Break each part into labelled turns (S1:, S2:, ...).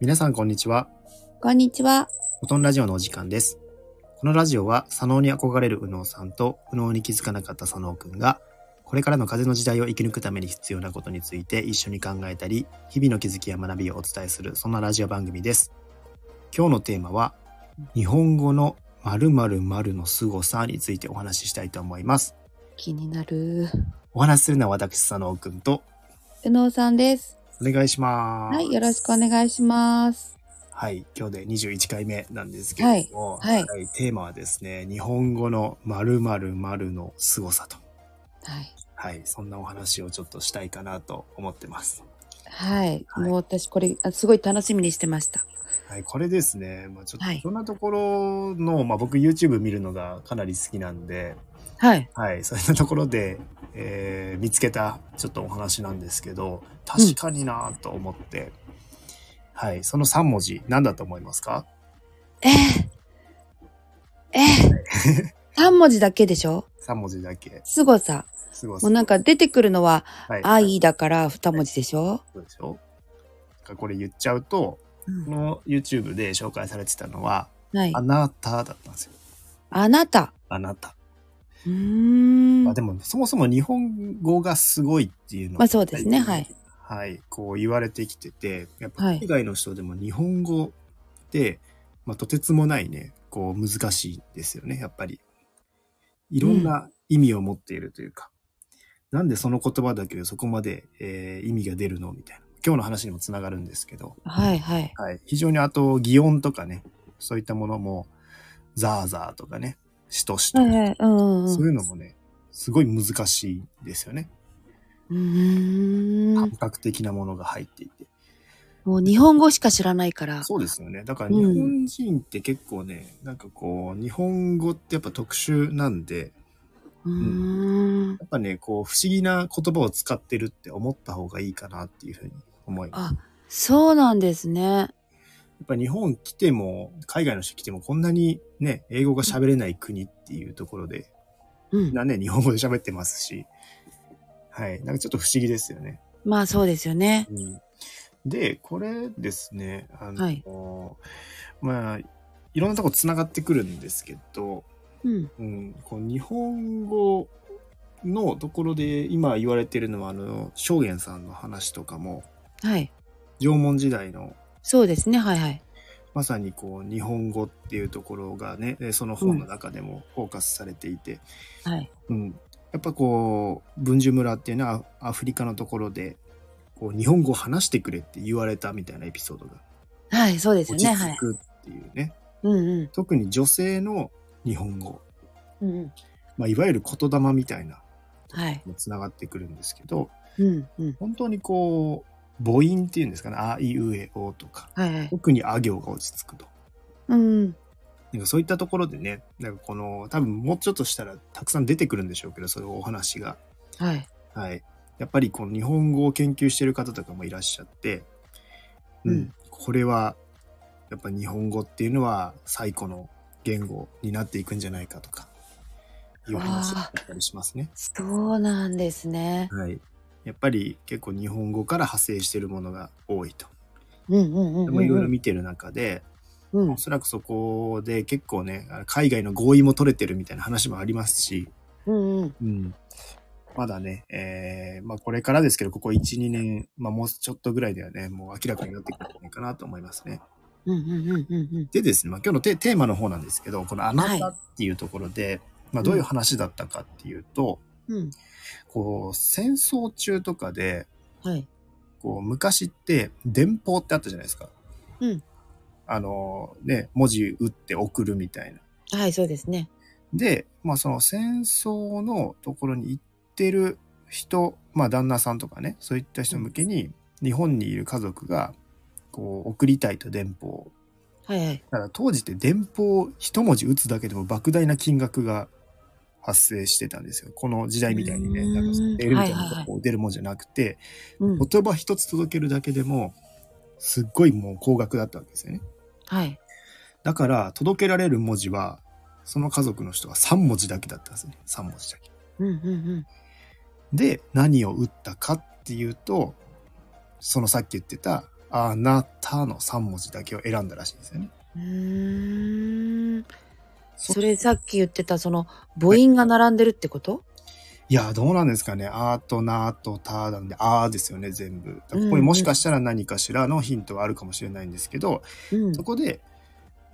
S1: 皆さんこんにちは。
S2: こんにちは。
S1: フォトンラジオのお時間です。このラジオは、左脳に憧れる右脳さんと、右脳に気づかなかった左脳くんが、これからの風の時代を生き抜くために必要なことについて一緒に考えたり、日々の気づきや学びをお伝えする、そんなラジオ番組です。今日のテーマは、日本語の〇〇〇の凄さについてお話ししたいと思います。
S2: 気になる。
S1: お話しするのは私、佐野くんと、
S2: うのうさんです。
S1: お願いします。
S2: はい、よろしくお願いします。
S1: はい、今日で21回目なんですけれども、
S2: はいはい
S1: テーマはですね、日本語の〇〇〇の凄さと、
S2: はい。
S1: はい、そんなお話をちょっとしたいかなと思ってます。
S2: はい。
S1: はい
S2: もう私これ、あすごい楽しみにしてました。
S1: はい、これですね、まあ、ちょっと
S2: はいい
S1: ろんなところの、まあ、僕 YouTube 見るのがかなり好きなんで、
S2: はい。
S1: はい、そういったところで、えー見つけたちょっとお話なんですけど、確かになぁと思って、はい、その3文字、何だと思いますか
S2: えー、え ー、3文字だけでしょ
S1: ?3 文字だけ。
S2: 凄さ。
S1: すごい
S2: もうなんか出てくるのは、
S1: はい
S2: 愛だから2文字でしょ
S1: そうでしょだからこれ言っちゃうと、
S2: うん
S1: この YouTube で紹介されてたのは、
S2: はい
S1: あ。なただったんですよ。
S2: あなた。
S1: あなた。
S2: うーん。
S1: まあでも、そもそも日本語がすごいっていうの
S2: まあそうですね。は
S1: 最
S2: い
S1: 近。はい。こう言われてきてて、やっぱ
S2: はい
S1: 海外の人でも日本語って、まあとてつもないね、こう難しいんですよね、やっぱり。いろんな意味を持っているというか。なんでその言葉だけでそこまで、えー意味が出るのみたいな。今日の話にもつながるんですけど、
S2: はい。はい。
S1: はい、非常にあと擬音とかねそういったものもザーザーとかねしとしと
S2: は
S1: か、
S2: い。はい。うんうん。
S1: そういうのもねすごい難しいんですよね
S2: うー
S1: 感
S2: ん。
S1: 覚的なものが入っていて、
S2: もう日本語しか知らないから。
S1: そうですよねだから
S2: うん
S1: 日本人って結構ね、なんかこう日本語ってやっぱ特殊なんで
S2: うーん。
S1: やっぱねこう不思議な言葉を使ってるって思った方がいいかなっていうふうに思います
S2: あ、そうなんですね。
S1: やっぱ日本来ても海外の人来てもこんなにね英語が喋れない国っていうところで
S2: うん。
S1: なんで日本語で喋ってますし、はい、なんかちょっと不思議ですよね。
S2: まあそうですよね。
S1: うん、で、これですね、あの、
S2: はい
S1: まあ、いろんなとこつながってくるんですけど、
S2: うん。
S1: うん、こう日本語のところで今言われてるのは、あの、正元さんの話とかも、
S2: はい。
S1: 縄文時代の
S2: そうですね。はいはい。
S1: まさにこう日本語っていうところがね、えその本の中でもフォーカスされていて、
S2: はい。
S1: うん、やっぱこう文殊村っていうのはアアフリカのところでこう日本語を話してくれって言われたみたいなエピソードが
S2: はい、そうです
S1: 落
S2: よ
S1: ち
S2: ね。はい
S1: 着。くっていうね
S2: うんう
S1: 特に女性の日本語、
S2: ん。うんうん。
S1: まあ、いわゆる言霊みたいな
S2: はい。
S1: のつながってくるんですけど
S2: うんうん。
S1: 本当にこう母音っていうんですかね「あいうえお」とか
S2: はいはい。
S1: 特にあ行が落ち着くと。
S2: うん。
S1: なんかそういったところでね、なんかこの、多分もうちょっとしたらたくさん出てくるんでしょうけど、そういうお話が。
S2: はい。
S1: はい。やっぱりこの日本語を研究してる方とかもいらっしゃって、うん、
S2: うん
S1: これは、やっぱ日本語っていうのは最古の言語になっていくんじゃないかとか、いう話だったりしますね。
S2: そうなんですね。
S1: はい。やっぱり結構日本語から派生してるものが多いと。
S2: うんうんうん
S1: で
S2: う
S1: もいろいろ
S2: ん
S1: 見てる中で、
S2: うん。うん
S1: おそらくそこで結構ね、あの海外の合意も取れてるみたいな話もありますし、
S2: うんうん。
S1: うん。まだね、えーまあこれからですけど、ここ1、2年、まあもうちょっとぐらいではね、もう明らかになってくるんじゃないかなと思いますね。
S2: うんうんうんうんうん。
S1: でですね、まあ今日のテテーマの方なんですけど、このあなた
S2: はい
S1: っていうところで、まあどういう話だったかっていうと、
S2: うん。
S1: こう、戦争中とかで、
S2: はい。
S1: こう、昔って電報ってあったじゃないですか。
S2: うん。
S1: あの、ね、文字打って送るみたいな。
S2: はい、そうですね。
S1: で、まあその戦争のところに行ってる人、まあ旦那さんとかね、そういった人向けに、日本にいる家族が、こう、送りたいと電報を。
S2: はいはい。
S1: ただ当時って電報を一文字打つだけでも莫大な金額が発生してたんですよ。この時代みたいにね、
S2: うーん
S1: なんかそのメールみたい
S2: はいはい
S1: な
S2: はい
S1: こう出るもんじゃなくて、
S2: うん。
S1: 言葉一つ届けるだけでも、すっごいもう高額だったわけですよね。
S2: はい。
S1: だから、届けられる文字は、その家族の人は3文字だけだったんですね。3文字だけ。
S2: うんうん
S1: で、何を打ったかっていうと、そのさっき言ってた、あなたの3文字だけを選んだらしいんですよね。
S2: うーん。
S1: そ
S2: それさっき言ってたその母音が並んでるってこと、
S1: いや、どうなんですかね。あーとなーとたーなんで、あーですよね、全部。だからここにもしかしたら何かしらのヒントはあるかもしれないんですけど、
S2: うん
S1: そこで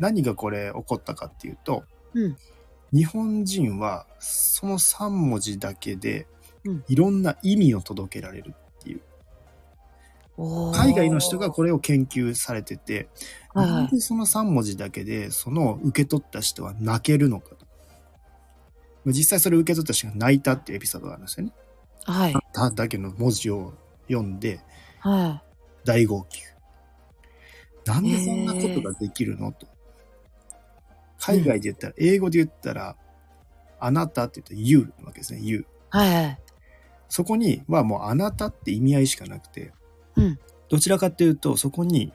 S1: 何がこれ起こったかっていうと、
S2: うん
S1: 日本人はその3文字だけで
S2: うん
S1: いろんな意味を届けられる。
S2: おー
S1: 海外の人がこれを研究されてて、
S2: はいは
S1: なん
S2: い
S1: でその3文字だけでその受け取った人は泣けるのかと。実際それを受け取った人が泣いたっていうエピソードがあるんですよね。
S2: はい
S1: 泣いただけの文字を読んで
S2: は
S1: 大号泣。なんでそんなことができるのと。海外で言ったら、英語で言ったら、あなたって言ったら you なわけですね、you。
S2: いはいはい
S1: そこにはもうあなたって意味合いしかなくて、
S2: うん
S1: どちらかっていうと、そこに、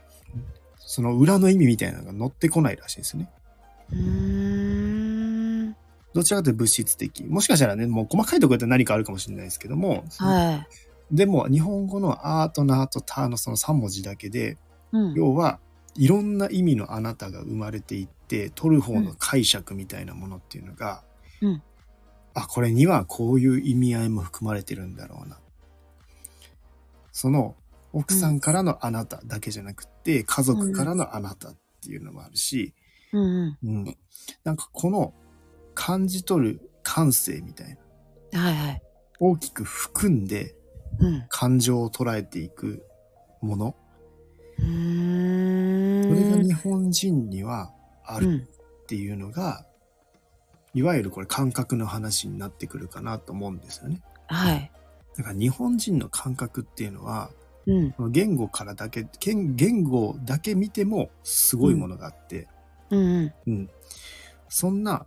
S1: その裏の意味みたいなのが乗ってこないらしいんですよね。
S2: うーん
S1: どちらかというと物質的。もしかしたらね、もう細かいところで何かあるかもしれないですけども、
S2: はい
S1: でも日本語のアートなアートターのその3文字だけで、
S2: うん
S1: 要はいろんな意味のあなたが生まれていって取る方の解釈みたいなものっていうのが、
S2: うん
S1: あこれにはこういう意味合いも含まれてるんだろうなその奥さんからのあなただけじゃなくて家族からのあなたっていうのもあるし、
S2: うん
S1: うん、なんかこの感じ取る感性みたいな
S2: うんはいはい
S1: 大きく含んで
S2: うん
S1: 感情を捉えていくもの
S2: うーん
S1: これが日本人にはある
S2: うん
S1: っていうのが、いわゆるこれ感覚の話になってくるかなと思うんですよね。
S2: はい
S1: だから日本人の感覚っていうのは、
S2: うん
S1: この言語からだけ、言言語だけ見てもすごいものがあって、
S2: うんうん
S1: うん。そんな、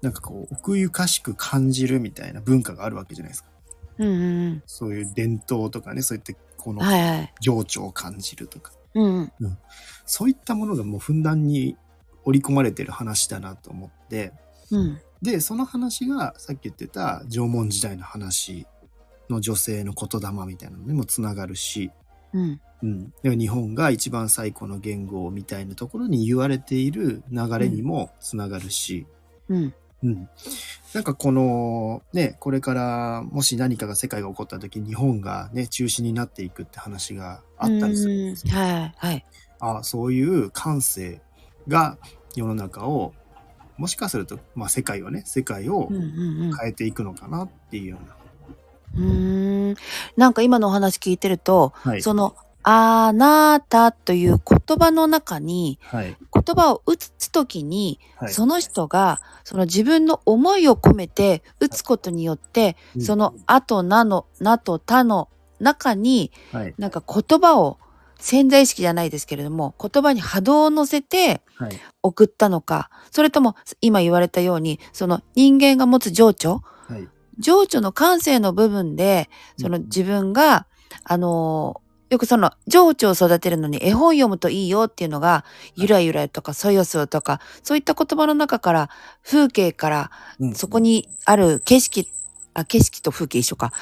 S1: なんかこう、奥ゆかしく感じるみたいな文化があるわけじゃないですか。
S2: うんうん
S1: そういう伝統とかね、そういったこ
S2: うん
S1: の
S2: はいはい
S1: 情緒を感じるとか、
S2: うんうん
S1: そういったものがもうふんだんに織り込まれてる話だなと思って、
S2: うん
S1: で、その話がさっき言ってた縄文時代の話の女性の言霊みたいなのにもつながるし、
S2: うん
S1: うん、で日本が一番最古の言語みたいなところに言われている流れにもつながるし、
S2: うん
S1: うんなんかこのねこれからもし何かが世界が起こった時日本がね中止になっていくって話があったりするんです
S2: うんはいはい
S1: あそういう感性が世の中をもしかすると、まあ、世界をね世界を
S2: うんうんうん
S1: 変えていくのかなっていうような。
S2: うーんなんか今のお話聞いてると、
S1: はい。
S2: その「あなた」という言葉の中に
S1: はい。
S2: 言葉を打つ時に、
S1: はい。
S2: その人がその自分の思いを込めて打つことによって、
S1: うん
S2: その「あ」と「な」の「な」と「た」の中に
S1: はい。
S2: なんか言葉を潜在意識じゃないですけれども言葉に波動を乗せて
S1: はい。
S2: 送ったのかそれとも今言われたようにその人間が持つ情緒
S1: はい。
S2: 情緒の感性の部分で、
S1: うん
S2: その自分が、あのーよくその情緒を育てるのに絵本読むといいよっていうのが、
S1: い
S2: ゆらゆらとかそよそよとか、そういった言葉の中から、風景から、
S1: うん
S2: そこ。にある景色、あ、景色と風景一緒か。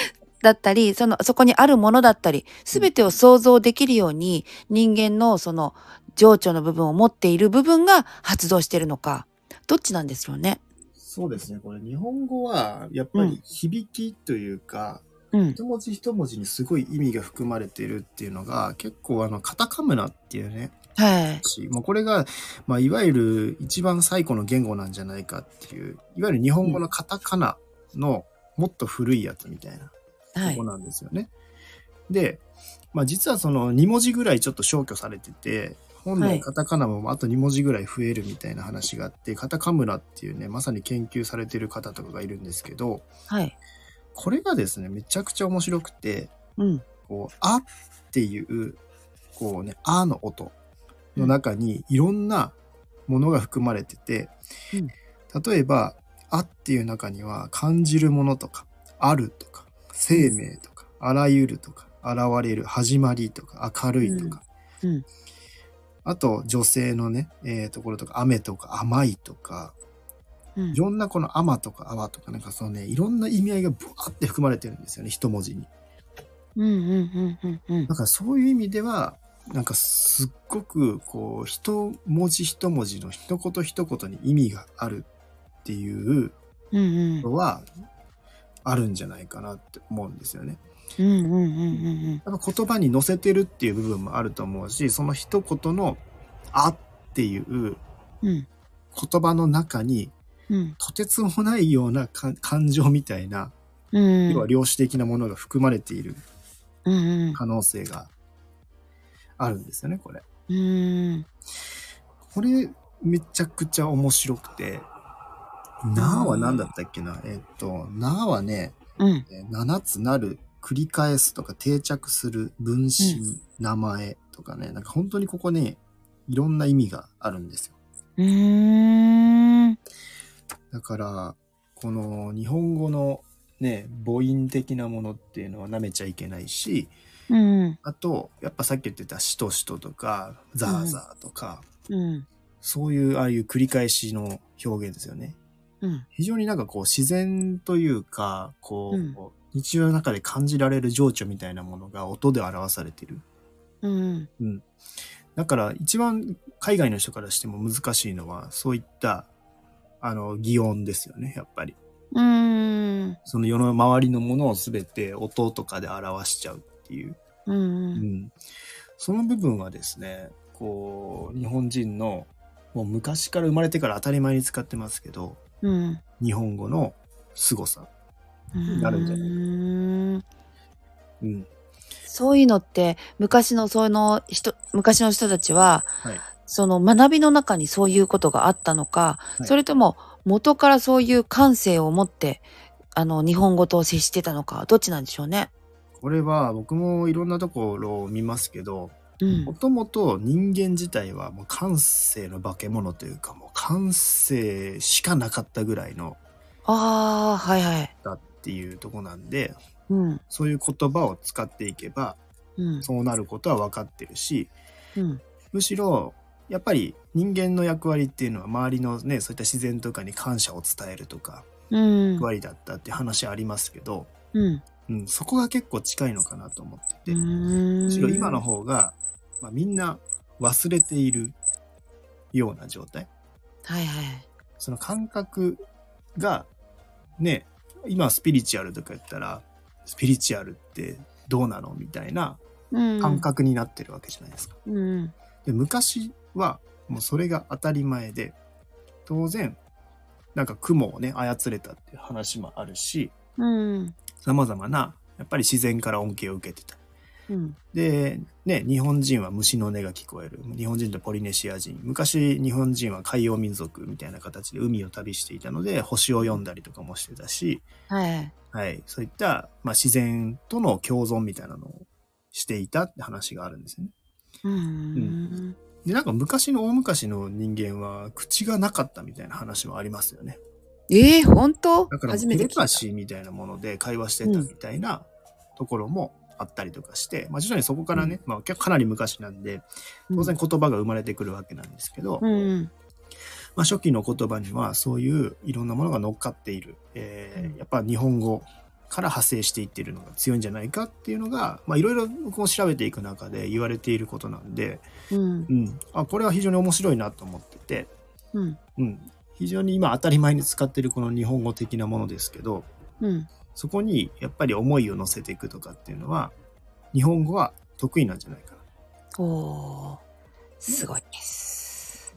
S2: だったり、その、そこにあるものだったり、すべてを想像できるように、人間のその情緒の部分を持っている部分が発動しているのか、どっちなんですよね。
S1: そうですね。これ、日本語は、やっぱ
S2: うん
S1: り響きというか、
S2: うん。
S1: 一文字一文字にすごい意味が含まれているっていうのが、結構、あの、カタカムナっていうね、
S2: はい。
S1: しもうこれが、まあ、いわゆる一番最古の言語なんじゃないかっていう、いわゆる日本語のカタカナのもっと古いやつみたいな。
S2: は
S1: と
S2: い
S1: こ。なんですよね。で、まあ、実はその2文字ぐらいちょっと消去されてて、本
S2: は
S1: 来
S2: い
S1: カタカナもあと2文字ぐらい増えるみたいな話があって、カタカムラっていうね、まさに研究されてる方とかがいるんですけど、
S2: はい。
S1: これがですね、めちゃくちゃ面白くて、
S2: うん。
S1: こう、あっていう、こうね、あの音の中にいろんなものが含まれてて、
S2: うん
S1: 例えば、あっていう中には感じるものとか、あるとか、生命とか、あらゆるとか、現れる、始まりとか、明るいとか、
S2: うんうん
S1: あと女性のね、えーところとか、雨とか、甘いとか、
S2: うん
S1: いろんなこの「あま」とか「あわ」とかなんかそのねいろんな意味合いがブワーって含まれてるんですよね一文字に。
S2: うんうんうんうんうん
S1: だからそういう意味ではなんかすっごくこう一文字一文字の一言一言に意味があるっていう
S2: うんうん。
S1: のはあるんじゃないかなって思うんですよね。
S2: うんうんうんうんうん。
S1: やっぱ言葉に乗せてるっていう部分もあると思うしその一言の「あ」っていう
S2: うん
S1: 言葉の中に
S2: うん
S1: とてつもないようなか感情みたいな
S2: うん。
S1: 要は量子的なものが含まれている
S2: うんうん
S1: 可能性があるんですよねこれ。
S2: うん。
S1: これめちゃくちゃ面白くて「な」は何だったっけなえっと「な」はね
S2: うん。
S1: えー7つなる繰り返すとか定着する分子、名前とかねなんか本当にここねいろんな意味があるんですよ
S2: うん。
S1: だからこの日本語のね母音的なものっていうのは舐めちゃいけないし
S2: うん。
S1: あとやっぱさっき言ってた「しとしと」とか「ザーザー」とか、
S2: うん。
S1: そういうああいう繰り返しの表現ですよね
S2: うん。
S1: 非常になんかこう自然というかこう、
S2: うん
S1: 日常の中で感じられる情緒みたいなものが音で表されている
S2: うん。
S1: だから一番海外の人からしても難しいのはそういったあの擬音ですよねやっぱり
S2: うん。
S1: その世の周りのものを全て音とかで表しちゃうっていう、う
S2: う。
S1: んん、その部分はですねこう日本人のもう昔から生まれてから当たり前に使ってますけど
S2: うん。
S1: 日本語の凄さ、
S2: なない
S1: うん、
S2: そういうのって昔のその人昔の人たちは、
S1: はい
S2: その学びの中にそういうことがあったのか、
S1: はい
S2: それとも元からそういう感性を持ってあの日本語と接してたのかどっちなんでしょうね。
S1: これは僕もいろんなところを見ますけど
S2: うん
S1: もともと人間自体はもう感性の化け物というかもう感性しかなかったぐらいの
S2: ああはいはい。
S1: だっていうとこなんで
S2: うん
S1: そういう言葉を使っていけば
S2: うん
S1: そうなることは分かってるし
S2: うん
S1: むしろやっぱり人間の役割っていうのは周りのねそういった自然とかに感謝を伝えるとか
S2: うん
S1: 役割だったって話ありますけど、
S2: うん
S1: うん、そこが結構近いのかなと思っててむ
S2: む
S1: しろ今の方が、まあ、みんな忘れているような状態。
S2: はいはい
S1: その感覚がね今スピリチュアルとか言ったらスピリチュアルってどうなのみたいな
S2: うん
S1: 感覚になってるわけじゃないですか。
S2: うん
S1: で昔はもうそれが当たり前で当然なんか雲をね操れたっていう話もあるし
S2: うん
S1: さまざまなやっぱり自然から恩恵を受けてた。
S2: うん
S1: で、ね、日本人は虫の音が聞こえる。日本人とポリネシア人。昔、日本人は海洋民族みたいな形で海を旅していたので、星を読んだりとかもしてたし、
S2: はいはい
S1: はい、そういった、まあ、自然との共存みたいなのをしていたって話があるんですよね。
S2: うん
S1: で、なんか昔の大昔の人間は口がなかったみたいな話もありますよね。
S2: えー、本当
S1: だから、
S2: 初
S1: テ
S2: めて聞
S1: レ
S2: いた
S1: パシーみたいなもので会話してたみたいなところもあったりとかして、まあ、徐々にそこからね、まあ、かなり昔なんで、当然言葉が生まれてくるわけなんですけど、
S2: うんうん
S1: まあ、初期の言葉にはそういういろんなものが乗っかっている、え
S2: うん
S1: ー、やっぱ日本語から派生していってるのが強いんじゃないかっていうのが、まあ、いろいろ僕も調べていく中で言われていることなんで、
S2: うん
S1: うん、あこれは非常に面白いなと思ってて、
S2: うん
S1: うん、非常に今当たり前に使ってるこの日本語的なものですけど
S2: うん
S1: そこにやっぱり思いを乗せていくとかっていうのは日本語は得意なんじゃないかな。
S2: おーすごいです。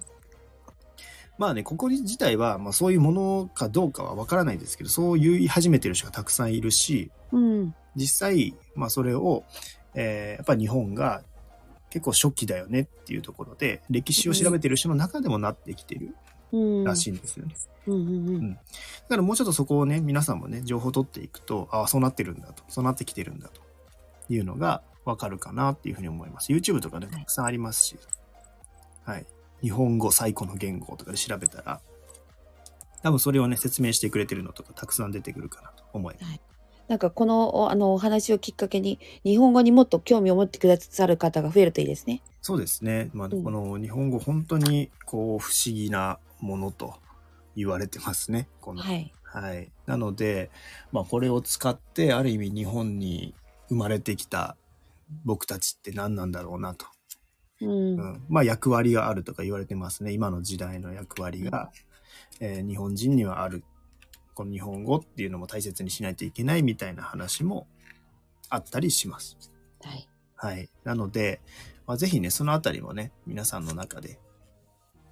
S1: まあね、ここ自体は、まあ、そういうものかどうかはわからないですけど、そう言い始めてる人がたくさんいるし、
S2: うん
S1: 実際、まあ、それを、えーやっぱり日本が結構初期だよねっていうところで、歴史を調べてる人の中でもなってきてる
S2: うん
S1: らしいんですよね。
S2: うんうんうん
S1: だからもうちょっとそこをね、皆さんもね、情報を取っていくと、ああ、そうなってるんだと、そうなってきてるんだというのがわかるかなっていうふうに思います。YouTube とかね、
S2: はい
S1: たくさんありますし、はい。日本語最古の言語とかで調べたら、多分それをね、説明してくれてるのとかたくさん出てくるかなと思います。
S2: なんかこのおあのお話をきっかけに日本語にもっと興味を持ってくださる方が増えるといいですね。
S1: そうですね。まあ、
S2: うん
S1: この日本語本当にこう、不思議なものと言われてますね。この
S2: はい。
S1: はい、なので、まあ、これを使ってある意味日本に生まれてきた僕たちって何なんだろうなと
S2: うん
S1: うんまあ、役割があるとか言われてますね。今の時代の役割が、えー日本人にはある。この日本語っていうのも大切にしないといけないみたいな話もあったりします。
S2: はい。
S1: はい。なので、まあ、ぜひね、そのあたりもね、皆さんの中で、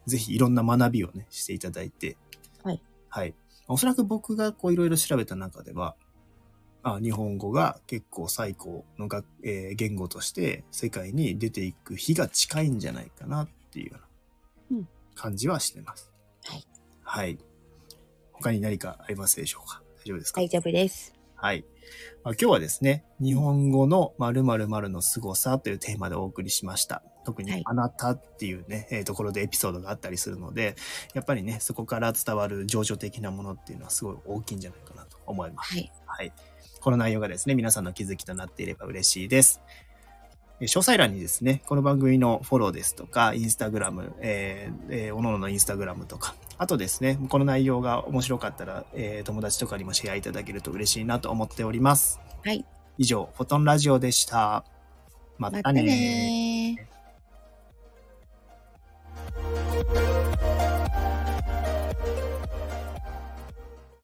S1: ぜひいろんな学びをね、していただいて、
S2: はい。
S1: はい。おそらく僕がこういろいろ調べた中では、あ日本語が結構最高の学、えー言語として世界に出ていく日が近いんじゃないかなっていうよう
S2: う
S1: なん感じはしてます。
S2: はい。
S1: はい。他に何かありますでしょうか大丈夫ですか
S2: 大丈夫です。
S1: はい。まあ、今日はですね、日本語の〇〇〇の凄さというテーマでお送りしました。特
S2: は
S1: に
S2: い
S1: あなたっていうね、えーところでエピソードがあったりするので、やっぱりね、そこから伝わる情緒的なものっていうのはすごい大きいんじゃないかなと思います。
S2: はい。
S1: はい。この内容がですね、皆さんの気づきとなっていれば嬉しいです。えー詳細欄にですね、この番組のフォローですとか、インスタグラム、えー、えー、おのののインスタグラムとか、あとですね、この内容が面白かったら、えー友達とかにもシェアいただけると嬉しいなと思っております。
S2: はい。
S1: 以上、フォトンラジオでした。ま
S2: ま
S1: たね
S2: たねー。